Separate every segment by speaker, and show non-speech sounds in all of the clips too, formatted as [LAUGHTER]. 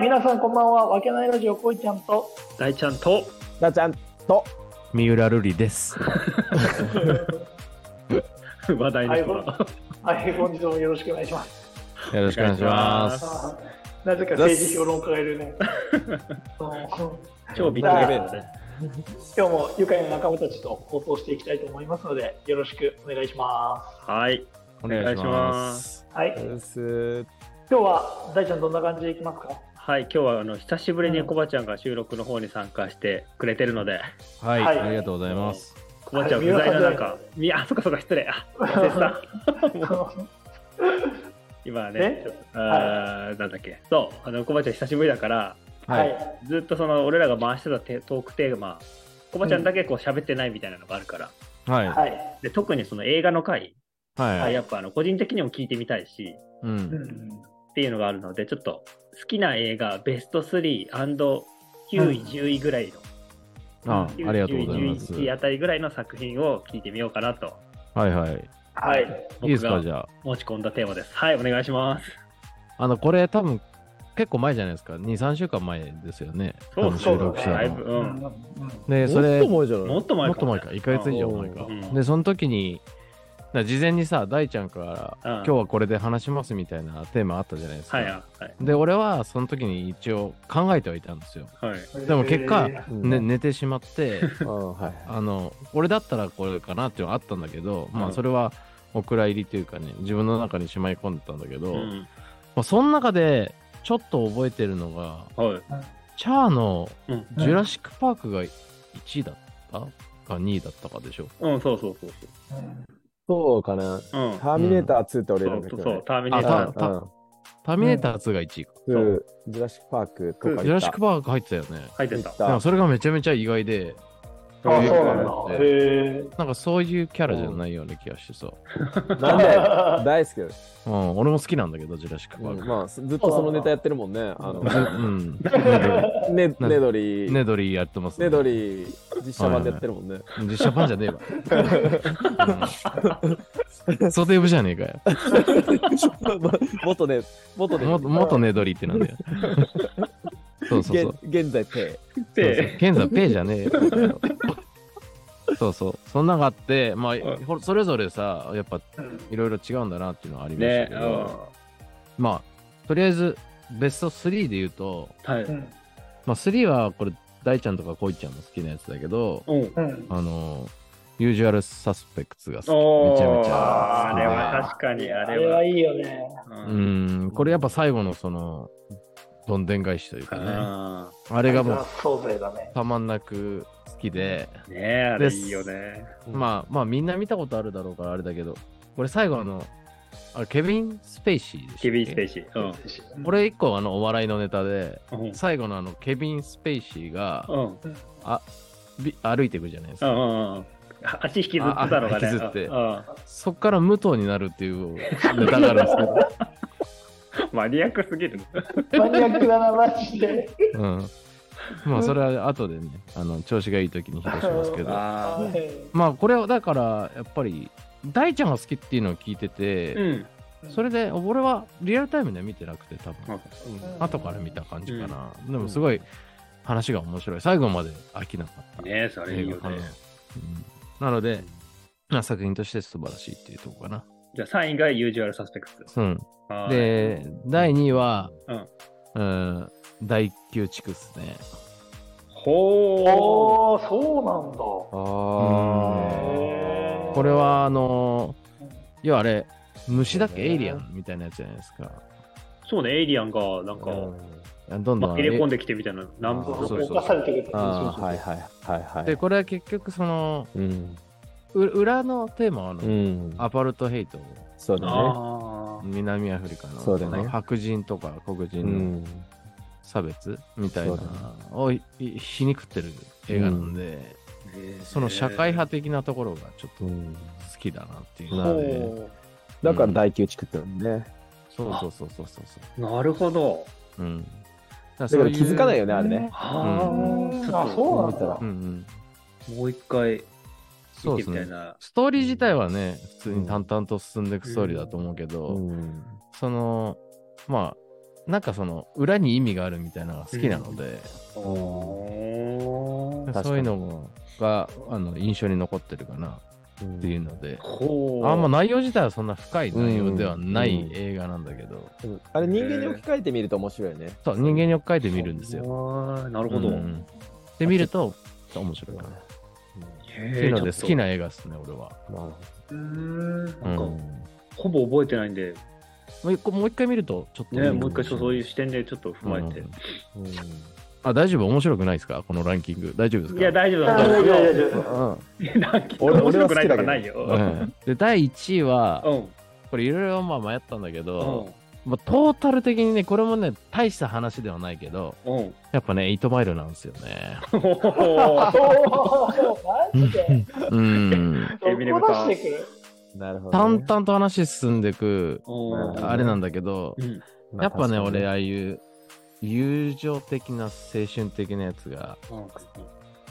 Speaker 1: 皆さんこんばんは。わけないラジオ、こいちゃんと。
Speaker 2: 大ちゃんと [LAUGHS]
Speaker 3: なっちゃんと
Speaker 4: 三浦瑠璃です。
Speaker 2: 話題の人は
Speaker 1: はい、本日もよろしくお願いします。
Speaker 4: よろしくお願いします。
Speaker 1: あーなぜか政治評論家がいるね。うん
Speaker 2: 超ビッグレベルだね。
Speaker 1: 今日も愉快な仲間たちと放送していきたいと思いますので、よろしくお願いしま
Speaker 2: はい。
Speaker 4: お
Speaker 2: 願
Speaker 4: 願
Speaker 2: い
Speaker 4: い
Speaker 2: し
Speaker 4: し
Speaker 2: ま
Speaker 4: ます。
Speaker 1: す。はい、
Speaker 3: です
Speaker 1: 今日は大ちゃんどんな感じでいきますか
Speaker 2: はい、今日はあの久しぶりにコバちゃんが収録の方に参加してくれてるので、
Speaker 4: はい、
Speaker 1: はい
Speaker 4: ありがとうございます。
Speaker 2: コバちゃん不在の中、みあ、そっかそっか、失礼。あ、忘れてた今
Speaker 1: え、
Speaker 2: ねちょっとあーなんだっけ、そう、あのコバちゃん久しぶりだから、
Speaker 1: [LAUGHS] は
Speaker 4: はいい、
Speaker 2: ずっとその俺らが回してたテトークテーマ、コバちゃんだけこう喋ってないみたいなのがあるから、
Speaker 4: はい、は
Speaker 1: はい。
Speaker 2: で特にその映画の回、
Speaker 4: い、
Speaker 2: やっぱあの個人的にも聞いてみたいし、
Speaker 4: う、
Speaker 1: うんん
Speaker 2: っていうのがあるのでちょっと好きな映画ベスト
Speaker 1: うん
Speaker 2: 3&9 位、10位ぐらいの
Speaker 4: あ、
Speaker 2: 9位
Speaker 4: ありがとうございま
Speaker 2: 10位
Speaker 4: す。
Speaker 2: あたりぐらいの作品を聞いてみようかなと
Speaker 4: はい、はい、
Speaker 1: はい。
Speaker 4: いいで
Speaker 2: 僕
Speaker 4: すか、
Speaker 2: が
Speaker 4: じゃあ、
Speaker 2: 持ち込んだテーマですはいお願いします
Speaker 4: あの、これ多分。結構前じゃないですか、二三週間前ですよね。
Speaker 2: そう
Speaker 4: 多分
Speaker 2: そう
Speaker 4: 収録し
Speaker 2: だ
Speaker 4: た
Speaker 2: い
Speaker 4: の
Speaker 2: ぶ。
Speaker 1: う
Speaker 2: うんん
Speaker 4: で、それ、も
Speaker 3: もっと
Speaker 2: も
Speaker 3: 前
Speaker 2: っと前
Speaker 4: っと前か、一ヶ月以上前か
Speaker 2: うん。
Speaker 4: で、その時に。な事前にさ、大ちゃんから、
Speaker 2: うん
Speaker 4: 今日はこれで話しますみたいなテーマあったじゃないですか。
Speaker 2: はいはい
Speaker 4: で、俺はその時に一応考えてはいたんですよ。
Speaker 2: はい
Speaker 4: でも結果、
Speaker 1: え
Speaker 3: うん
Speaker 4: ね、寝てしまって、
Speaker 3: じゃんうんはい
Speaker 4: あの俺だったらこれかなっていうのはあったんだけど、ま
Speaker 2: う
Speaker 4: あ
Speaker 2: ん
Speaker 4: それはお蔵入りというかね自分の中にしまい込んでたんだけど、
Speaker 2: う
Speaker 4: ま
Speaker 2: ん
Speaker 4: あ、その中でちょっと覚えてるのが
Speaker 2: はい
Speaker 4: チャーの
Speaker 2: うん
Speaker 4: 「ジュラシック・パーク」が1位だったか2位だったかでしょ
Speaker 2: うんそうそうそうそ
Speaker 1: ー
Speaker 3: そうかな
Speaker 2: ううん
Speaker 3: ターミネーター2って俺
Speaker 2: そ
Speaker 3: なん
Speaker 2: う
Speaker 3: だけ
Speaker 2: そう
Speaker 3: ど
Speaker 2: そう
Speaker 3: ね
Speaker 2: ターミネータ
Speaker 4: あ
Speaker 2: ー
Speaker 4: タ「ターミネーター2」が1位か、
Speaker 3: うんうんジュラシック・パークとか行った
Speaker 4: ジュラシック・パーク入ってたよね
Speaker 2: 入ってた
Speaker 3: 行
Speaker 4: でも
Speaker 3: った
Speaker 4: それがめちゃめちゃ意外で
Speaker 1: あ、
Speaker 3: えー
Speaker 1: そうなんだ。
Speaker 4: えー
Speaker 1: へ
Speaker 4: なんかそういうキャラじゃないような気がしてさ、
Speaker 3: なんで大好きだよ
Speaker 4: うん、俺も好きなんだけどジュラシック・パー
Speaker 3: うん
Speaker 4: ク、
Speaker 3: まあずっとそのネタやってるもんねあの
Speaker 4: ずうん、
Speaker 3: ねねどり
Speaker 4: ネ
Speaker 3: ね
Speaker 4: ドリーやってます
Speaker 3: どり実写版でやってるもんね
Speaker 4: 実写版じゃねえわ。うん、袖部じゃねえかよ。
Speaker 3: 元ね元ね
Speaker 4: も元ねどりってなんだよ。そうそうそう。そう
Speaker 3: 現現在て
Speaker 4: そう
Speaker 2: で
Speaker 4: 現在ペイじゃねえよ。そうそう。そんながあって、まあ、ほそれぞれさ、やっぱ
Speaker 1: ーうん
Speaker 4: いろいろ違うんだなっていうのはありました
Speaker 2: ね
Speaker 4: け
Speaker 2: う
Speaker 4: ど、
Speaker 2: ん
Speaker 4: まあ、とりあえずベスト3で言うと、
Speaker 2: はい
Speaker 1: うん
Speaker 4: まあ3はこれ、大ちゃんとかこいちゃんの好きなやつだけど、
Speaker 2: うん
Speaker 1: うん
Speaker 4: あの、ユージュアルサスペクツが好き。
Speaker 2: おー
Speaker 4: めちゃめち
Speaker 2: あ
Speaker 4: ゃ
Speaker 2: ーあ
Speaker 4: 好きで。
Speaker 2: れは確かにあ
Speaker 1: あ
Speaker 2: れ
Speaker 1: れ
Speaker 2: は
Speaker 1: はいいよね。
Speaker 2: うん
Speaker 4: うん、これやっぱ最後のその、どんでん返しというかね、
Speaker 2: あ
Speaker 4: あ
Speaker 1: あ
Speaker 4: れがもう
Speaker 1: そうぜだね。
Speaker 4: たまんなく好きで、
Speaker 2: ーねえあれ
Speaker 4: です
Speaker 2: いいよね
Speaker 3: うん
Speaker 4: まあまあみんな見たことあるだろうからあれだけど、これ最後あの、あれケビン・スペイシーでしたっけ
Speaker 2: ケビン・スペイシーうん
Speaker 4: これ一個あのお笑いのネタで、
Speaker 2: うん
Speaker 4: 最後のあのケビン・スペイシーが
Speaker 2: うん
Speaker 4: び歩いていくじゃないです
Speaker 2: う
Speaker 4: か。
Speaker 2: んうんうん足引きずってたのがね。
Speaker 4: あ引きずって
Speaker 2: うん
Speaker 4: そっから無党になるっていうネタがあるんですけど、
Speaker 2: マニアックすぎる。
Speaker 1: マニアックだな、マジで。
Speaker 2: [LAUGHS]
Speaker 4: うん。まあそれは後でね、あの調子がいい時に披露します
Speaker 2: [LAUGHS]
Speaker 4: けど。
Speaker 2: あ
Speaker 4: まあこれはだからやっぱり大ちゃんが好きっていうのを聞いて
Speaker 2: う
Speaker 4: て、
Speaker 2: ん。
Speaker 4: それで俺はリアルタイムでは見てなくて多分、
Speaker 1: うん
Speaker 4: 後から見た感じかな、でもすごい話が面白い最後まで飽きなかった、
Speaker 2: ねえ、それいい
Speaker 4: 映
Speaker 2: よ
Speaker 4: 画かな、
Speaker 2: ね
Speaker 4: うん。なので、まあ、作品として素晴らしいっていうとこかな、
Speaker 2: じゃあ3位がユージュアルサスペクト。
Speaker 4: うん、
Speaker 2: あー、
Speaker 4: で第2位は、
Speaker 2: うん
Speaker 4: うん第9地区ですね
Speaker 2: ほ
Speaker 1: おお、そう
Speaker 3: あ
Speaker 1: うん
Speaker 3: あ
Speaker 4: これはあの
Speaker 1: なんだ。
Speaker 4: 要はあれ虫だっけ
Speaker 3: そうね
Speaker 4: エイリアンみたいなやつじゃないですか
Speaker 2: う。そうね、エイリアンがなんか、
Speaker 4: どんどん、
Speaker 2: まあ、入れ込んできてみたいな。なんぼ
Speaker 4: そうそうそう
Speaker 1: 犯されてるって
Speaker 3: あ
Speaker 1: 感
Speaker 3: あはいはいはいはい
Speaker 4: でこれは結局その
Speaker 3: うん
Speaker 4: う裏のテーマはあの、
Speaker 3: うん
Speaker 4: アパルトヘイト
Speaker 3: そうだね
Speaker 2: あー
Speaker 4: 南アフリカの
Speaker 3: そうだね
Speaker 4: の白人とか黒
Speaker 3: う
Speaker 4: 人の
Speaker 3: ん
Speaker 4: 差別みたいな
Speaker 3: そうだ
Speaker 4: のをいい皮肉ってる映画なんで、その社会派的なところがちょっと
Speaker 3: う
Speaker 4: 好
Speaker 3: ん
Speaker 4: きだなっていう
Speaker 3: な
Speaker 4: ので、
Speaker 2: ほ
Speaker 3: だから第9地区ってのね
Speaker 4: そうそうそうそうそう
Speaker 2: うなるほど。
Speaker 4: そう、うん、だから
Speaker 3: だから気づかないよねあれね
Speaker 2: は
Speaker 1: うん
Speaker 2: あ、ちょっと
Speaker 1: そうなんだ
Speaker 4: うんうん
Speaker 2: もう一回
Speaker 4: そ
Speaker 2: 見
Speaker 4: う
Speaker 2: てみ
Speaker 4: です
Speaker 2: たい
Speaker 4: ね
Speaker 2: な。
Speaker 4: ストーリー自体はね普通に淡々と進んでいくストーリーだと思うけど、
Speaker 3: うん
Speaker 4: そのまあなんかその裏に意味があるみたいなのが好きなので、
Speaker 2: おー
Speaker 3: 確かに
Speaker 4: そういうのがあの印象に残ってるかなっていうので、
Speaker 2: ほう
Speaker 4: あんま内容自体はそんな深い内容ではな
Speaker 3: う
Speaker 4: い
Speaker 3: ん
Speaker 4: 映画なんだけど、
Speaker 3: うんあれ人間に置き換えてみると面白いよね。
Speaker 4: そう人間に置き換えて見るんですよ。
Speaker 2: よ。なるほど。
Speaker 4: うんで見ると面白いかな。って
Speaker 2: へ
Speaker 4: い
Speaker 2: え
Speaker 4: うので好き。な映画ですね、俺は。
Speaker 3: なるほ
Speaker 2: ちょっとうーんなん
Speaker 4: うん
Speaker 2: か、
Speaker 4: も
Speaker 2: ほぼ覚えてないんで、
Speaker 4: う一個もう一回見ると、ちょっと。
Speaker 2: ね、もう一回ちょっとそういう視点でちょっと踏まえて
Speaker 4: うん。
Speaker 3: どうん
Speaker 4: あ、大丈夫面白くないですかこのランキング。大丈夫ですか
Speaker 2: いや、大丈夫
Speaker 1: あ
Speaker 2: だと
Speaker 1: ーい
Speaker 2: 思
Speaker 1: やいや
Speaker 2: う
Speaker 1: いやいや
Speaker 3: うん
Speaker 2: よ。ランキング
Speaker 3: 俺
Speaker 2: 面
Speaker 3: 俺
Speaker 2: 白
Speaker 3: は
Speaker 2: く
Speaker 3: 好
Speaker 2: [LAUGHS] ない
Speaker 3: き
Speaker 2: とか
Speaker 3: だけど
Speaker 2: ない
Speaker 4: うん
Speaker 2: よ。
Speaker 4: で、第1位は
Speaker 2: う、ん。
Speaker 4: これいろいろまあ迷ったんだけど、
Speaker 2: う
Speaker 4: まあ、トータル的にね、これもね、大した話ではないけど、
Speaker 2: ん。うん。
Speaker 4: やっぱね、8マイルなんですよね。
Speaker 2: おー
Speaker 1: おーマジで
Speaker 4: うん。
Speaker 2: エビリブ
Speaker 1: ど
Speaker 2: タ
Speaker 1: こ出してくる
Speaker 3: なるほどね、
Speaker 4: 淡々と話進んでく、
Speaker 2: おー
Speaker 4: あれなんだけど、
Speaker 2: うん。
Speaker 3: まあ
Speaker 4: やっぱね、
Speaker 3: 確かに
Speaker 4: 俺、ああいう友情的な青春的なやつが好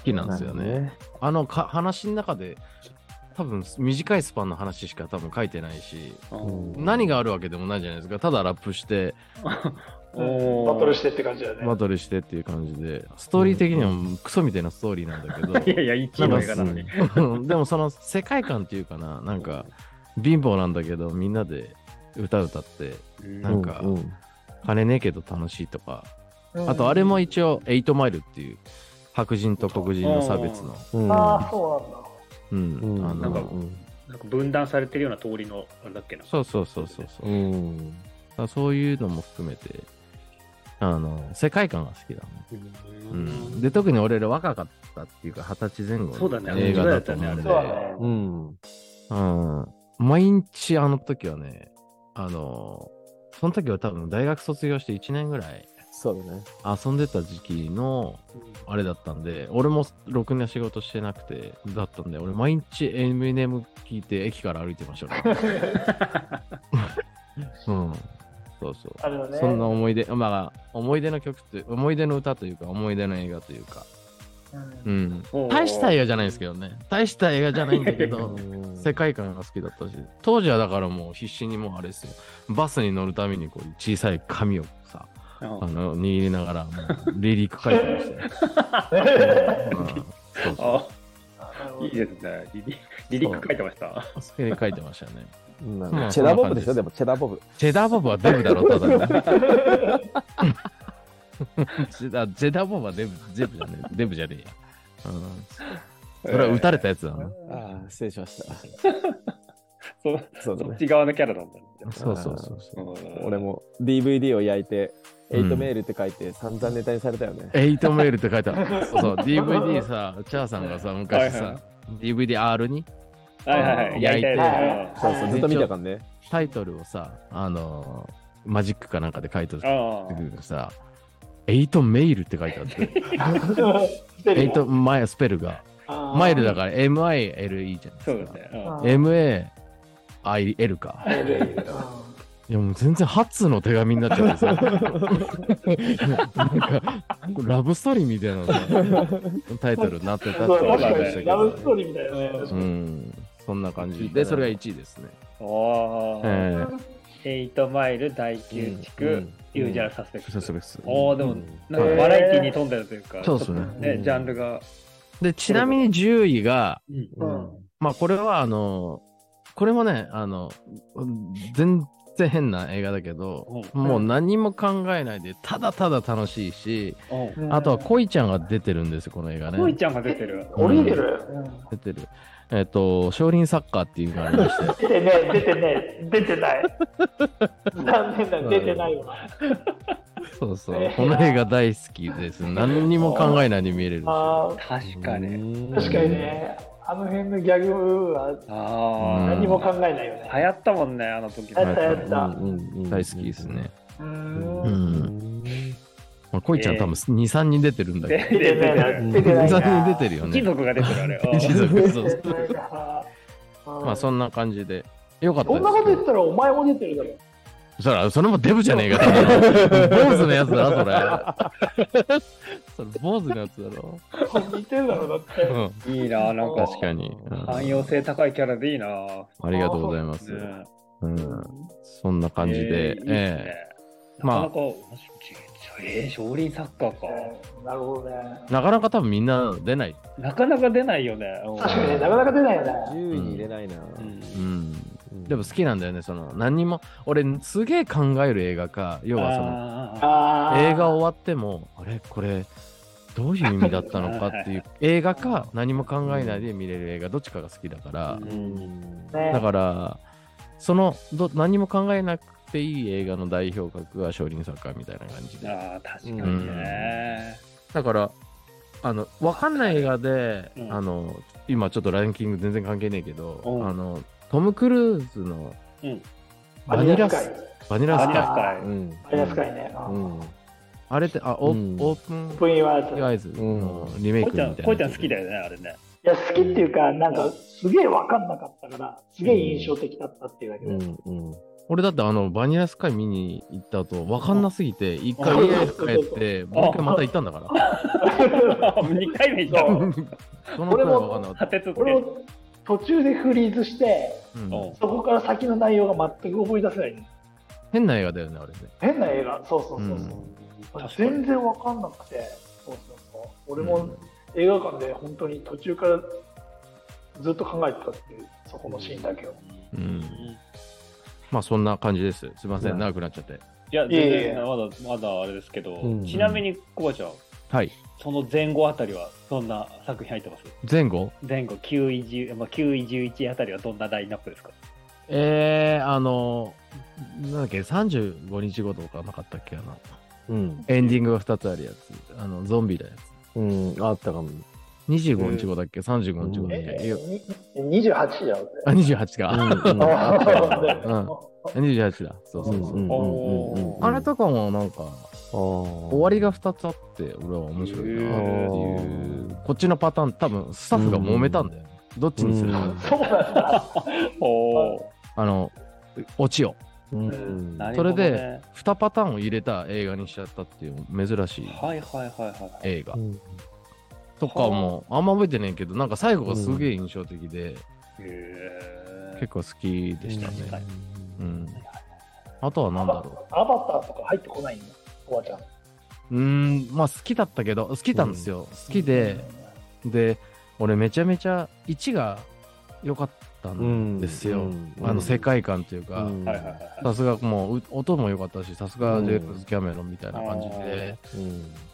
Speaker 4: きなんですよね。。あのか話の中で多分短いスパンの話しか多分書いてないし、
Speaker 2: うん
Speaker 3: うん
Speaker 4: 何があるわけでもないじゃないですか。ただラップして
Speaker 2: おー
Speaker 1: バトルしてって感じだよね。
Speaker 4: バトルしてっていう感じで、ストーリー的にはクソみたいなストーリーなんだけど、
Speaker 2: [LAUGHS] いやいや、1位の映画なのに。
Speaker 4: うんでもその世界観っていうかな、なんか貧乏なんだけどみんなで歌歌って
Speaker 2: うん
Speaker 4: なんか
Speaker 3: うんうん
Speaker 4: 金ねえけど楽しいとか、
Speaker 1: うん
Speaker 4: あとあれも一応8マイルっていう白人と黒人の差別の、
Speaker 3: うん
Speaker 1: ああ、そう
Speaker 4: うん、
Speaker 3: うん
Speaker 4: あの
Speaker 2: なんか
Speaker 3: うん
Speaker 2: なんか分断されてるような通りの、あれだっけな。
Speaker 4: そうそうそうそうそう
Speaker 3: う。ん
Speaker 4: だからそういうのも含めて、あの、世界観が好きだね。
Speaker 2: う
Speaker 4: う。
Speaker 2: ん
Speaker 4: で、特に俺ら若かったっていうか、二十歳前後
Speaker 2: そうだね、
Speaker 4: の映画だった
Speaker 2: あの時代
Speaker 4: の
Speaker 2: だ
Speaker 4: で、
Speaker 1: れ
Speaker 2: ったね、あれ
Speaker 1: そうだね
Speaker 2: ね。
Speaker 3: うん
Speaker 4: うん。毎日あの時はね、あの、その時は多分大学卒業して1年ぐらい
Speaker 3: そうだね。
Speaker 4: 遊んでた時期のあれだったんで、俺もろくな仕事してなくて、だったんで、俺毎日 M&M 聞いて駅から歩いてましたから。うん。そうそ
Speaker 1: なんだ。あ
Speaker 4: う。
Speaker 1: れだね。
Speaker 4: そんな思い出、まあ、思い出の曲という、思い出の歌というか、思い出の映画というか、
Speaker 1: うん
Speaker 4: うん。
Speaker 2: おー
Speaker 4: 大した映画じゃないですけどね。大した映画じゃないんだけ
Speaker 3: う
Speaker 4: ど、
Speaker 3: ん
Speaker 4: 世界観が好きだったし、当時はだからもう必死にもうあれですよ。バスに乗るためにこう小さい紙をさ、
Speaker 2: うん
Speaker 4: あの、握りながら、もうリリック書いてま
Speaker 2: [LAUGHS]
Speaker 4: したよ。うんそうそう
Speaker 2: あ
Speaker 1: なるほど
Speaker 2: いいですね。リリリリック書いてました。
Speaker 4: それで書いてましたね。
Speaker 3: うんチェダーボブでしょでもチェダーボブ。
Speaker 4: チェダーボブはデブだろ、ただの。チェダチェダーボブはデブ、デブじゃねえ。デブじゃねえや。うんそれは撃たれたやつだな。
Speaker 3: ああ、失礼しました。
Speaker 2: そ
Speaker 3: [LAUGHS] そうだ
Speaker 2: そっ
Speaker 3: ね。
Speaker 2: ち側のキャラなんだね。
Speaker 4: そうそうそうそう。
Speaker 2: うん
Speaker 3: 俺。も DVD を焼いて、エイ
Speaker 4: う
Speaker 3: ト
Speaker 4: ん
Speaker 3: メールって書いて散々ネタにされたよね。
Speaker 4: エイトメールって書いてある。そう、DVD さ、チャーさんがさ、昔
Speaker 2: はいは
Speaker 4: さ、DVD-R に
Speaker 2: はいはいはい。
Speaker 4: 焼いて
Speaker 2: やりた
Speaker 3: そうそう、ずっと見たからね。
Speaker 4: タイトルをさ、あのー、マジックかなんかで書いてあ
Speaker 2: いあ
Speaker 4: るけどさ、エイトメールって書いてあ
Speaker 1: [LAUGHS]
Speaker 4: って、エイトマイスペルが、マイルだ
Speaker 1: か
Speaker 4: から MILE じゃ
Speaker 2: あ。
Speaker 4: な
Speaker 2: そ
Speaker 4: いうです
Speaker 2: だ
Speaker 4: か。
Speaker 2: ね。うん
Speaker 1: あ
Speaker 4: MAIL か。
Speaker 1: ら。
Speaker 4: いやもう全然初の手紙になっちゃ
Speaker 1: [LAUGHS]
Speaker 4: ってさ。なんか、ラブストーリーみたい
Speaker 1: [LAUGHS]
Speaker 4: なのタイトルになってたって
Speaker 1: そう
Speaker 4: 思いま
Speaker 1: 確
Speaker 4: した
Speaker 1: か
Speaker 4: け
Speaker 1: に、ラブスト
Speaker 4: ど。
Speaker 1: ーリーみたいなね。確
Speaker 4: う
Speaker 1: かに
Speaker 4: ん、そんな感じで、それが1位ですね。
Speaker 2: おー。
Speaker 4: え
Speaker 2: エイトマイル第九地
Speaker 3: う
Speaker 2: 区
Speaker 3: ん
Speaker 2: ユージャルサスペク
Speaker 4: ー、
Speaker 2: ト。
Speaker 4: です
Speaker 2: おおでも
Speaker 3: うん
Speaker 2: なんかバラエティに富んでるというか。
Speaker 4: そうですね
Speaker 2: ちょっとねジャンルが。
Speaker 4: で、ちなみに10位が、
Speaker 2: うん
Speaker 1: うん
Speaker 4: まあこれはあの、これもね、あの、全然変な映画だけど、もう何も考えないで、ただただ楽しいし、
Speaker 2: うん
Speaker 4: あとは恋ちゃんが出てるんですよ、この映画ね。
Speaker 2: コイちゃんが出てる。
Speaker 1: 俺出てる
Speaker 4: 出てる。えっ、と、少林サッカーっていうのがありまし
Speaker 1: 出
Speaker 4: て、
Speaker 1: てねえ、出てねえ、出てない。残念だ、出てないわ。 [LAUGHS]
Speaker 4: そうそう、この映画大好きです。何にも考えないで見れる。
Speaker 1: あ
Speaker 2: 確かに。
Speaker 1: ー確かにね、あの辺のギャグは
Speaker 2: ああ。
Speaker 1: 何も考えないよね。
Speaker 2: 流行ったもんね、あの時
Speaker 1: 流
Speaker 4: はい
Speaker 1: 行った、流行っ
Speaker 3: う
Speaker 1: た。
Speaker 3: ん。うん
Speaker 4: 大好きですね。。
Speaker 1: う
Speaker 4: う
Speaker 1: ーん。
Speaker 4: ん。まあ、こいちゃん
Speaker 2: えー
Speaker 4: 多分2、3人出てるんだけ
Speaker 2: で
Speaker 4: ど。
Speaker 1: 出てないな、出てな
Speaker 4: 2、
Speaker 1: いな。
Speaker 4: 3人出てるよ
Speaker 2: 貴
Speaker 4: ね。
Speaker 2: 族が出てるあれ。
Speaker 4: [LAUGHS]
Speaker 2: うん
Speaker 4: 貴族そうそう
Speaker 1: 出てないな
Speaker 4: まあそんな感じで。よかった
Speaker 1: そ
Speaker 4: で
Speaker 1: ん
Speaker 4: す
Speaker 1: なこと言ったらお前も出てるだろ。
Speaker 4: そら、それもデブじゃねえか。ただの坊主のやつだろ、それ。それ坊主のやつだろ。
Speaker 1: 似てるだろ、だって。
Speaker 4: うん。
Speaker 2: いいな、なんか
Speaker 4: 確かに。うん
Speaker 2: 汎用性高いキャラでいいな。
Speaker 4: ありがとうございます。
Speaker 2: ね
Speaker 4: うん。そんな感じで。
Speaker 2: えーいいっす
Speaker 4: え
Speaker 2: ね
Speaker 4: まあ
Speaker 2: なかなか、えー、少林サッカーか。
Speaker 1: えーなるほどね。
Speaker 4: なかなか多分みんな出ない。
Speaker 2: なかなか出ないよね。うん
Speaker 1: 確かにね、なかなか出ないよね。
Speaker 3: 10位に入れないな。
Speaker 2: うん
Speaker 4: うん。
Speaker 3: うん
Speaker 4: でも好きなんだよね、その何にも。俺、すげえ考える映画か、要はその
Speaker 2: あ
Speaker 1: あー
Speaker 4: 映画終わっても、あれ、これ、どういう意味だったのかっ
Speaker 2: [LAUGHS]
Speaker 4: ていう、映画か何も考えないで見れる映画、どっちかが好きだから
Speaker 2: う
Speaker 3: う、ん
Speaker 1: ね、
Speaker 4: だから、そのど何も考えなくていい映画の代表格が少林サッカーみたいな感じ
Speaker 2: ー
Speaker 4: で。
Speaker 2: あー、確かにね。
Speaker 4: だから、あの、わかんない映画で、
Speaker 2: うん
Speaker 4: あの、今ちょっとランキング全然関係ねえけど、
Speaker 2: うん
Speaker 4: あの、トム・クルーズの
Speaker 2: うん
Speaker 4: バニラス
Speaker 1: スカイ。
Speaker 4: バニラス
Speaker 2: バ
Speaker 4: カ
Speaker 2: ニラ
Speaker 3: う
Speaker 4: イ
Speaker 2: ス
Speaker 3: ん。
Speaker 1: バニラスカイね。う
Speaker 3: うんん。
Speaker 4: あれって、あ、オー
Speaker 3: うん
Speaker 4: オー
Speaker 1: オー
Speaker 4: プ
Speaker 1: プンイワー
Speaker 4: ン
Speaker 1: ズ。
Speaker 4: アイズの
Speaker 3: う
Speaker 4: リメイ
Speaker 2: カイ。こいち
Speaker 4: クみた
Speaker 2: ゃ
Speaker 4: い
Speaker 2: ん、
Speaker 4: な。
Speaker 2: こいちゃん好きだよね、あれね。 [LAUGHS]
Speaker 1: いや、好きっていうか、なんか、すげえ分かんなかったから、すげえ印象的だったっていうだけ
Speaker 3: う
Speaker 1: で。
Speaker 3: ん。うん。
Speaker 4: 俺だってあの、バニラスカイ見に行った後、わかんなすぎて、一回
Speaker 1: うん
Speaker 4: 家帰って、もう一回また行ったんだから。
Speaker 1: [LAUGHS]
Speaker 2: 2回目行ったの。
Speaker 4: [LAUGHS] そのくらいわかんなかった。
Speaker 2: 果てつけ。
Speaker 1: 俺も途中でフリーズして、
Speaker 4: うん
Speaker 1: そこから先の内容が全く思い出せない、
Speaker 4: 変な映画だよね、あれね。
Speaker 1: 変な映画、そうそうそうそう、全然分かんなくて、そうそうそう俺も映画館で本当に途中からずっと考えてたっていう、そこのシーンだけを。
Speaker 4: う
Speaker 2: うん
Speaker 4: ん
Speaker 2: い
Speaker 4: まあそんな感じです。すみませ、
Speaker 3: うんん
Speaker 4: 長くなっちゃって。
Speaker 2: や、
Speaker 1: いえいえ
Speaker 2: 全然、まだ、まだあれですけど
Speaker 3: う、ん
Speaker 2: ちなみに、コバちゃん、
Speaker 4: はい。
Speaker 2: その前後あたりは、どんな作品入ってます
Speaker 4: 前後
Speaker 2: 前後9位、10まあ、9位、11あたりはどんなラインナップですか
Speaker 4: えー、あの、なんだっけ、35日後とかなかったっけあの、
Speaker 3: うん。
Speaker 4: エンディングが2つあるやつ。あの、ゾンビだやつ。
Speaker 3: うん。あったかも。
Speaker 4: 25日後だっけ ?35 日後だっけ、
Speaker 1: え、に28だよ、 [LAUGHS]
Speaker 4: あ、28か。
Speaker 3: うん。あったかも。。
Speaker 1: 俺。
Speaker 4: 28だ。そうそううんそうう。
Speaker 3: ん。うん。うん。うん
Speaker 4: あれ。とかもなんか、終
Speaker 3: 終
Speaker 4: わり。が2つあって、俺は面白いなっていう、こっちのパターン、多分スタッフが揉めたんだよね。どっちにする
Speaker 3: うん
Speaker 1: そうなんだ。
Speaker 2: おー
Speaker 4: あの、落ちを。
Speaker 3: うん。
Speaker 2: なる
Speaker 4: そ
Speaker 2: ほ
Speaker 4: れ
Speaker 2: どね
Speaker 4: で2パターンを入れた映画にしちゃったっていう珍しい
Speaker 2: はいはいはいはい。
Speaker 4: 映画
Speaker 3: うん
Speaker 4: とかもあんま覚えてないけどなんか最後がすげえ印象的で
Speaker 2: へ
Speaker 4: 結構好きでした
Speaker 2: 確か
Speaker 4: ね
Speaker 2: に、
Speaker 4: うん、あとは何だろ
Speaker 1: アバターとか入ってこないんだ、おばちゃん。好
Speaker 4: ううーんまあ好きだったけど好きなんですよ好きで、で俺めちゃめちゃ1が良かったんです
Speaker 3: う
Speaker 4: よ
Speaker 3: ん
Speaker 4: あの世界観という
Speaker 3: う
Speaker 4: か
Speaker 3: ん
Speaker 2: はいはいはいはい。
Speaker 4: さすがもうう音も良かったしさすがジェームズ・キャメロンみたいな感じで。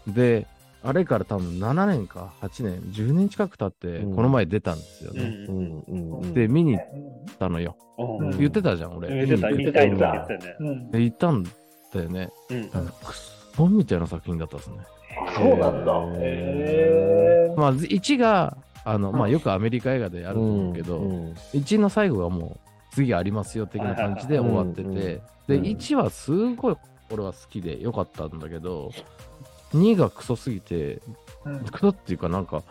Speaker 3: うん
Speaker 4: で、あれから多分7年か8年、10年近く経って、
Speaker 3: うん
Speaker 4: この前出たんですよ
Speaker 2: う
Speaker 4: ね。
Speaker 3: うんんうんうん
Speaker 4: で、見に行ったのよ。
Speaker 2: うん
Speaker 4: 言ってたじゃん、
Speaker 2: 言
Speaker 4: 俺。
Speaker 2: ってた、
Speaker 4: 見に
Speaker 2: 言
Speaker 4: 行
Speaker 2: っ
Speaker 4: って
Speaker 2: た、言ってた言っ
Speaker 4: て
Speaker 2: て
Speaker 1: うんうん
Speaker 4: で行ったんだよね。
Speaker 2: たよね。
Speaker 4: なんかクソみたいな作品だったですね。
Speaker 1: あそうなんだ。へ
Speaker 3: へ
Speaker 1: ー
Speaker 4: まあ、1が、あの、まあ、よくアメリカ映画であると思うけ
Speaker 3: う
Speaker 4: ど、
Speaker 3: ん
Speaker 4: 1の最後がもう、次ありますよ的な感じで終わって
Speaker 3: はいはいはい
Speaker 4: て、で、
Speaker 3: うん
Speaker 4: 1はすごい俺は好きで良かったんだけど、2がクソすぎて、
Speaker 1: うん
Speaker 4: クソっていうかなんか、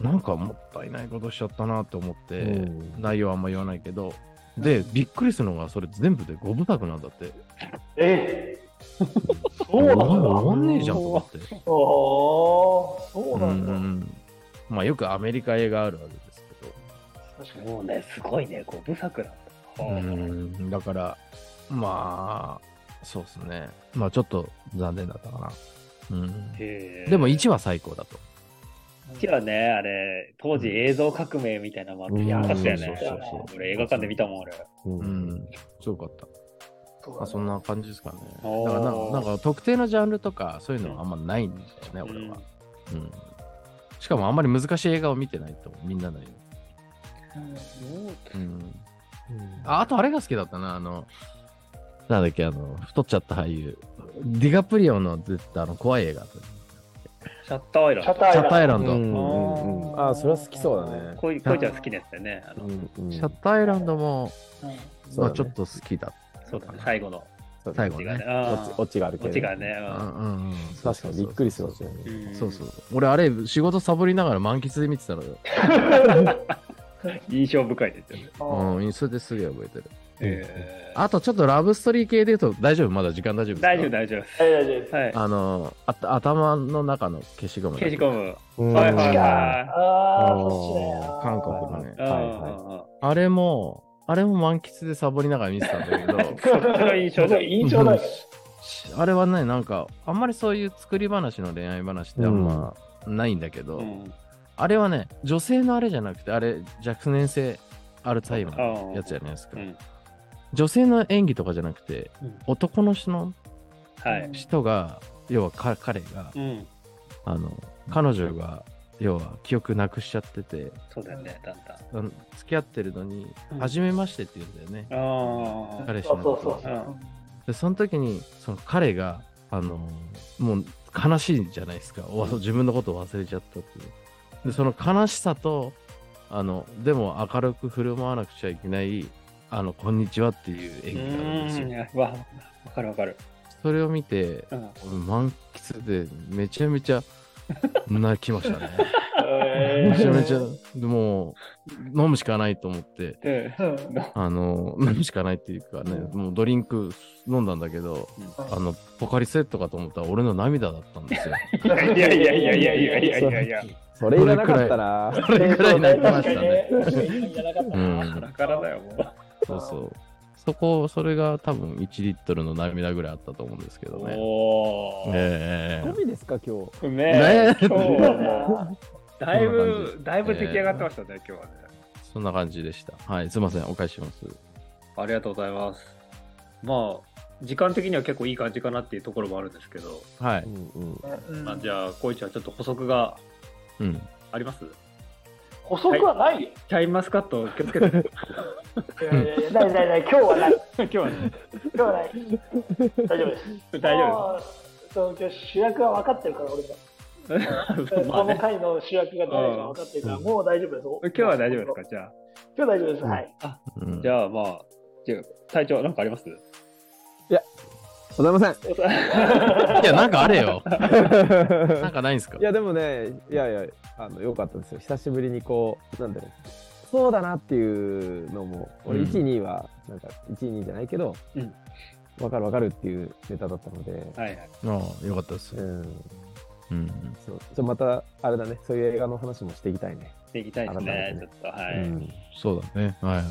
Speaker 4: なんかもったいないことしちゃったなって思って、
Speaker 3: うん
Speaker 4: 内容はあんま言わないけど、で、びっくりするのが、それ全部で5部作なんだって。
Speaker 1: えーそう
Speaker 4: 終
Speaker 1: なん
Speaker 4: わん
Speaker 1: だ。
Speaker 4: 終わんねえじゃんと思って。
Speaker 1: ああ、そう
Speaker 4: う
Speaker 1: なんだ。
Speaker 4: んまあ、よくアメリカ映画あるあるですけ
Speaker 1: 確か
Speaker 2: うん
Speaker 1: に。
Speaker 2: もうね、すごいね、こう、部作なんだ。
Speaker 4: ど、うんだから、まあ、そうですね。まあ、ちょっと残念だったかな。うん、
Speaker 2: へー
Speaker 4: でも、1は最高だと。
Speaker 2: 一はね、あれ、当時映像革命みたいなのもあって、
Speaker 3: うん
Speaker 2: やばかったよ
Speaker 1: そうそう
Speaker 2: ね。
Speaker 1: そ
Speaker 2: 俺、映画館で見たもん、俺。
Speaker 3: うん
Speaker 4: う
Speaker 3: うん
Speaker 4: ん、すごかった。
Speaker 1: そう
Speaker 4: まあ、そんな感じですかね。だか
Speaker 2: おー
Speaker 4: らなんか、なんか特定のジャンルとか、そういうのはあんまないんですよね、俺は。うんしかもあんまり難しい映画を見てないとみんなだよ、うんああとあれが好きだったなあのなんだっけあの太っちゃった俳優ディガプリオの出てたあの怖い映画
Speaker 2: シャッターアイラン
Speaker 1: シャッ
Speaker 2: ド
Speaker 1: ター
Speaker 4: シャッターア
Speaker 1: アイ
Speaker 4: イ
Speaker 1: ラン
Speaker 4: ランド、
Speaker 3: うんうんうんあーそれは好きそうだね
Speaker 2: こいこいちゃん好きなやつだよね。あの
Speaker 3: うんうん
Speaker 4: シャッターアイランドも、
Speaker 1: ド。うん
Speaker 4: まあ、
Speaker 3: そう
Speaker 4: ち
Speaker 3: だ
Speaker 4: ょ
Speaker 3: ね
Speaker 4: っと好きだ
Speaker 2: そうだね、最後の。
Speaker 3: そうだね
Speaker 4: 最後
Speaker 2: 違うね
Speaker 4: ね。
Speaker 2: あ
Speaker 3: オチ
Speaker 2: ー
Speaker 3: オチがあるけど
Speaker 2: オチがね。
Speaker 4: うんうんうん
Speaker 3: 確かにびっくりするわけだ
Speaker 2: う
Speaker 3: ね
Speaker 2: ん
Speaker 4: そうそう。俺あれ仕事サボりながら満喫で見てたのよ、
Speaker 2: 印象深いですよね。
Speaker 1: あ
Speaker 4: うん、それですげえ覚えてる
Speaker 2: えー
Speaker 4: あとちょっとラブストーリー系で言うと大丈夫まだ時間大丈夫ですか
Speaker 2: 大丈夫、大丈夫で。
Speaker 1: ー大丈夫です
Speaker 2: はい。
Speaker 4: あのあ頭の中の消しゴム
Speaker 2: 消しゴム。
Speaker 3: うん
Speaker 2: はいはい
Speaker 1: あ
Speaker 2: は
Speaker 1: あー、そっちね。
Speaker 4: 韓国のね
Speaker 2: い。
Speaker 3: はいはい
Speaker 4: あ
Speaker 5: [LAUGHS]
Speaker 4: れも、あれも満喫でサボりながら見てたんだけど、
Speaker 2: そっちの印象
Speaker 1: すご
Speaker 2: だ。
Speaker 1: い印象だよね。
Speaker 4: あれはね、なんか、あんまりそういう作り話の恋愛話ってあんまないんだけど、
Speaker 5: うん
Speaker 4: あれはね、女性のあれじゃなくて、あれ、若年性アルツハイマーのやつじゃないですか。
Speaker 5: うん
Speaker 4: 女性の演技とかじゃなくて、
Speaker 5: うん
Speaker 4: 男の人の
Speaker 2: はい。
Speaker 4: 人が、要はか彼が、
Speaker 5: うん
Speaker 4: あの、彼女が、要は記憶なくしちゃってて、
Speaker 2: そうだよね、だんだん。
Speaker 4: あの付き合ってるのに
Speaker 5: う、ん
Speaker 4: 初めましてって言うんだよね。
Speaker 5: あ
Speaker 4: 彼氏
Speaker 1: そ
Speaker 4: の
Speaker 1: う
Speaker 4: こ
Speaker 1: そ
Speaker 4: と
Speaker 1: うそうそう。
Speaker 4: でその時にその彼があのもう悲しいじゃないですかお自分のことを忘れちゃったっていうでその悲しさとあのでも明るく振る舞わなくちゃいけないあのこんにちはっていう
Speaker 5: あ
Speaker 4: 演
Speaker 5: う
Speaker 4: 技があるんですよ
Speaker 5: んわわかるわかる
Speaker 4: それを見て
Speaker 5: うん
Speaker 4: 俺満喫でめちゃめちゃ泣きましたね
Speaker 1: え
Speaker 4: めちゃめちゃ
Speaker 1: う
Speaker 4: でもう飲むしかないと思って
Speaker 5: で
Speaker 4: [LAUGHS]
Speaker 1: ん
Speaker 4: あの飲むしかないっていうかねもうドリンク飲んだんだけどあのポカリスエットかと思ったら俺の涙だったんですよ。
Speaker 5: いやいやいやいやいやいやいやいやいや
Speaker 3: それいらなかったな。
Speaker 4: [LAUGHS] それぐらい泣きましたね。
Speaker 1: 確かにね。やらなかった
Speaker 4: [LAUGHS] う
Speaker 1: な。
Speaker 4: ん、
Speaker 5: からだよもう
Speaker 4: そうそう。そこ、それが多分1リットルの涙ぐらいあったと思うんですけどね。
Speaker 5: おー
Speaker 4: え
Speaker 3: ゴミですか今日。
Speaker 5: ねえ
Speaker 4: ね
Speaker 5: 今日はもうだい
Speaker 4: そ
Speaker 5: ぶだいぶ
Speaker 4: えー
Speaker 5: 出来上がってましたね今日はね
Speaker 4: えそんな感じでした。はい、すいません、お返しします。
Speaker 2: ありがとうございます。まあ、時間的には結構いい感じかなっていうところもあるんですけど、
Speaker 4: は
Speaker 3: う
Speaker 4: い。
Speaker 3: んうん。
Speaker 1: うん
Speaker 2: まあ、じゃあ、こいちゃん、ちょっと補足が
Speaker 4: うん。
Speaker 2: あります [LAUGHS]
Speaker 1: 補足はないよ。
Speaker 2: シャインマスカットを気をつけて。
Speaker 1: いやいやいやないないない、今日はない。
Speaker 2: 今日はね、
Speaker 1: 今日はない。大丈夫です。
Speaker 2: 大丈
Speaker 1: 夫です。そう今日主役は分かってるから、俺が。
Speaker 2: 夫です。 [LAUGHS] まあ
Speaker 1: この
Speaker 2: ね、
Speaker 1: 回の主役が誰か分かってるから、もう大丈夫です。
Speaker 2: 今日は大丈夫ですかじゃあ。
Speaker 1: 今日大丈夫です。はい。
Speaker 4: うん
Speaker 2: じゃあ、まあ、じゃあ隊長、なんかあります
Speaker 3: ございません。
Speaker 4: いや、なんかあれ [LAUGHS] よ。なんかないんすか
Speaker 3: いやでもね、いやいや、あの良かったですよ。久しぶりにこう、なんだろう。そうだなっていうのも、俺
Speaker 4: うん
Speaker 3: 1位、2位は、なんか1位、2位じゃないけど、
Speaker 2: うん
Speaker 3: わかるわかるっていうネタだったので、
Speaker 2: はいはい。
Speaker 4: ああ、よかったです
Speaker 3: う。ん、
Speaker 4: うん。
Speaker 3: そう。ちょまた、あれだね、そういう映画の話もしていきたいね。
Speaker 2: でいきたいですね、ちょ
Speaker 3: 改
Speaker 2: っと。は
Speaker 3: う
Speaker 2: い。
Speaker 3: ん。
Speaker 4: そうだね。はいはい。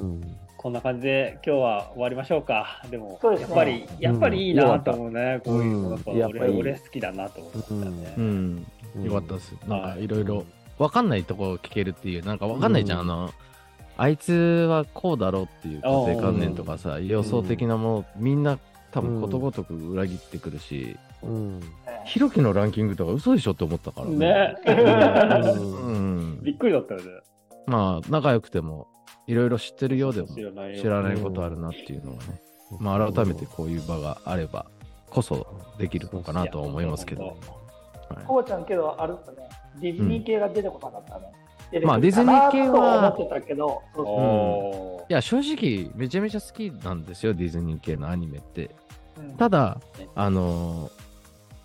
Speaker 3: うん。
Speaker 2: こんな感じで、今日は終わりましょうか。でも、
Speaker 1: そうで
Speaker 2: や
Speaker 1: す
Speaker 2: っ
Speaker 1: ね
Speaker 2: ぱり、やっぱりいいなと思うね。こういうの、やっぱ
Speaker 3: うんやっぱ
Speaker 2: 俺、
Speaker 3: り
Speaker 2: 俺好きだなと思ったね
Speaker 4: う。ん。
Speaker 3: うん
Speaker 4: よかったです。なんか
Speaker 2: はい
Speaker 4: いろいろ分かんないとこ聞けるっていう、なんか分かんないじゃん、
Speaker 3: うん
Speaker 4: あの、あいつはこうだろうっていう固定観念とかさ、予想的なもの、みんな多分ことごとく裏切ってくるし、
Speaker 3: うん。
Speaker 4: ひろきのランキングとか嘘でしょって思ったからね。
Speaker 2: ね。
Speaker 3: うん
Speaker 4: うん。
Speaker 2: びっくりだったよね。
Speaker 4: まあ、仲良くても、いろいろ知ってるようでも、
Speaker 2: 知らないよ。
Speaker 4: 知らないことあるなっていうのはね、まあ、改めてこういう場があればこそできるのかなとは思いますけど。
Speaker 1: コバちゃんけど、あれですね、ディズニー系が出てこなかったね。出て
Speaker 4: ま
Speaker 1: こ
Speaker 4: あ
Speaker 1: な
Speaker 4: ディ
Speaker 1: いか
Speaker 4: ズニー
Speaker 1: なと
Speaker 4: 系は
Speaker 1: 思ってたけど、そう
Speaker 4: う
Speaker 1: そ
Speaker 2: お
Speaker 4: いや、正直、めちゃめちゃ好きなんですよ、ディズニー系のアニメって。
Speaker 1: ううん
Speaker 4: ただ、あのー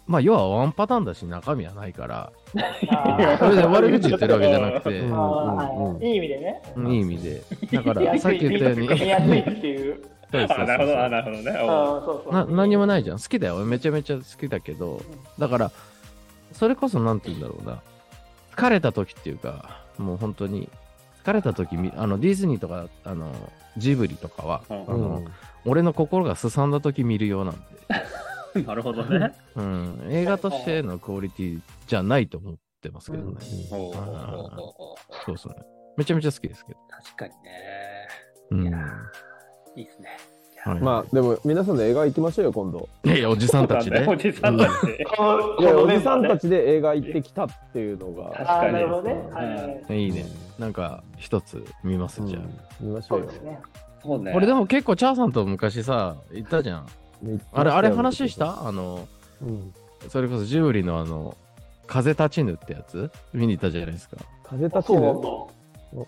Speaker 4: まあ、要はワンパターンだし、中身はないから、
Speaker 2: [LAUGHS]
Speaker 1: あー
Speaker 4: それで悪口言ってるわけじゃなくて、
Speaker 3: う
Speaker 1: あー
Speaker 3: ん
Speaker 1: はいいい意味でね。
Speaker 4: うんいい意味で。だか
Speaker 1: 見や
Speaker 4: ら、
Speaker 1: す
Speaker 4: さっ
Speaker 1: い
Speaker 4: き言ったように、
Speaker 1: 見やすいっていう。
Speaker 4: そうそうそう
Speaker 2: あ、なるほど、あなるほどね。お
Speaker 1: あーそうそう
Speaker 4: な何もないじゃん。好きだよ、俺めちゃめちゃ好きだけど、だから、それこそ、なんて言うんだろうな、疲れた時っていうか、もう本当に、疲れた時みあのディズニーとか、あのジブリとかは、
Speaker 2: う
Speaker 4: あの俺の心がすさんだ時見るようなんで。
Speaker 2: んなるほどね。
Speaker 4: うん、映画としてのクオリティじゃないと思ってますけどね。
Speaker 2: おー
Speaker 4: あー
Speaker 2: おー
Speaker 4: そうですね。めちゃめちゃ好きですけど。
Speaker 2: 確かにね。
Speaker 4: うん、
Speaker 2: いやいいですね。
Speaker 4: はい
Speaker 3: まあでも皆さんで映画行きましょうよ今度。
Speaker 4: いやいや、おじさんた
Speaker 2: そう
Speaker 4: ち
Speaker 2: だ
Speaker 4: ね
Speaker 2: ね。おじさんたち。
Speaker 1: この
Speaker 3: いや
Speaker 1: この
Speaker 3: お
Speaker 1: メ
Speaker 3: じ
Speaker 1: ン
Speaker 3: さ
Speaker 1: バー
Speaker 3: ん
Speaker 1: ね
Speaker 3: たちで映画行ってきたっていうのが。
Speaker 1: あ
Speaker 2: 確か
Speaker 1: ー
Speaker 2: に
Speaker 1: なるほどね。はいはい。
Speaker 4: いいね。なんか、一つ見ます、じゃあ。
Speaker 3: 見まし
Speaker 1: そ
Speaker 3: ょう
Speaker 1: う
Speaker 3: よ
Speaker 1: です。ね。
Speaker 2: そうね。
Speaker 4: これでも結構、チャーさんと昔さ、行ったじゃん。あれ、あれ話したあの、
Speaker 3: うん
Speaker 4: それこそジブリのあの、風立ちぬってやつ見に行ったじゃないですか。
Speaker 3: 風立ち
Speaker 1: そう
Speaker 3: ぬ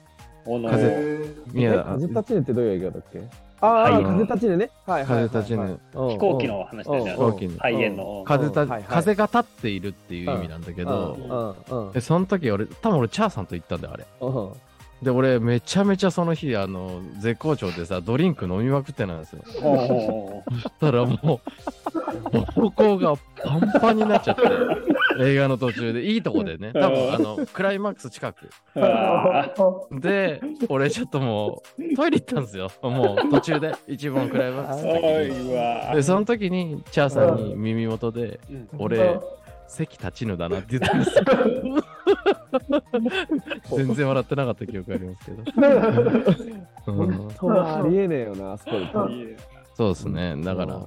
Speaker 2: おの、
Speaker 4: 風
Speaker 1: なん
Speaker 4: 宮
Speaker 3: え
Speaker 4: 田
Speaker 3: 風立ちぬってどういう映画だっけあ
Speaker 2: は
Speaker 3: あ、
Speaker 2: い
Speaker 3: 風立ちぬね。はいはいはいはい。
Speaker 4: 風立ちぬ
Speaker 3: うん。
Speaker 2: 飛行機の話だよね。
Speaker 4: 飛行機の
Speaker 2: 肺炎の。
Speaker 4: 風立
Speaker 3: うんはいはい
Speaker 4: 風が立っているっていう意味なんだけ
Speaker 3: うん。
Speaker 4: ど、
Speaker 3: うんうん
Speaker 4: でその時俺、多分俺、チャーさんと行ったんだよ、あれ。
Speaker 3: うん。
Speaker 4: で俺めちゃめちゃその日あの絶好調でさドリンク飲みまくってなんですよ
Speaker 2: おうおうおう
Speaker 4: そしたらもう膀胱がパンパンになっちゃって映画の途中で、いいとこでね、多分あの、クライマックス近く。
Speaker 2: あ
Speaker 4: で、俺ちょっともう、トイレ行ったんですよ。もう途中で、一番クライマックス
Speaker 2: ー
Speaker 4: 先
Speaker 2: お
Speaker 4: に。
Speaker 2: いわ
Speaker 4: で、その時に、チャーさんに耳元で、俺、席立ちぬだなって言った
Speaker 2: [LAUGHS]
Speaker 4: んですよ。全然笑ってなかった記憶ありますけど。うん
Speaker 3: そうありえねえよな、あそこで。
Speaker 2: いいね
Speaker 4: そうですね。だから、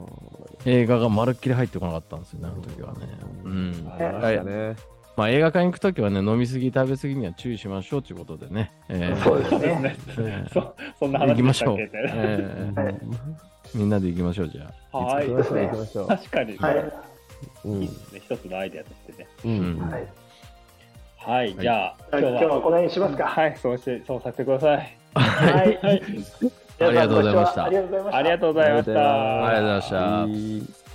Speaker 4: 映画がまるっきり入ってこなかったんですよね、あの時はね。うん。
Speaker 3: ありましたね。
Speaker 4: まあ映画館行く時はね、飲みすぎ、食べすぎには注意しましょうということでね。えー
Speaker 1: そうです
Speaker 2: です
Speaker 1: ね。
Speaker 2: ね。
Speaker 4: えー
Speaker 2: そそんな
Speaker 4: 行
Speaker 2: 話
Speaker 4: き
Speaker 2: で
Speaker 4: ま
Speaker 2: し
Speaker 4: したょ
Speaker 2: っ
Speaker 4: う。
Speaker 2: け
Speaker 4: ええ
Speaker 1: は
Speaker 4: みんなで行きましょう、じゃあ。
Speaker 2: は
Speaker 3: 行
Speaker 2: い
Speaker 3: き。ましょう、行きましょう。
Speaker 2: 確かにね、
Speaker 1: はい。
Speaker 3: うん
Speaker 2: いいですね。一つのアイデアとしてね。
Speaker 4: うん
Speaker 1: はい。
Speaker 2: はい、じゃあ、
Speaker 1: じゃあ今日はこの辺にしますか。
Speaker 2: はい、そうして、そうさせてください。
Speaker 1: はい。
Speaker 2: はい、
Speaker 4: ありがとうございました
Speaker 1: 皆さんご視聴ありがとうございました
Speaker 2: あり。がとうございまし
Speaker 3: ありがとうございました
Speaker 2: た。
Speaker 4: ありがとうございまし
Speaker 3: い
Speaker 4: た。
Speaker 3: い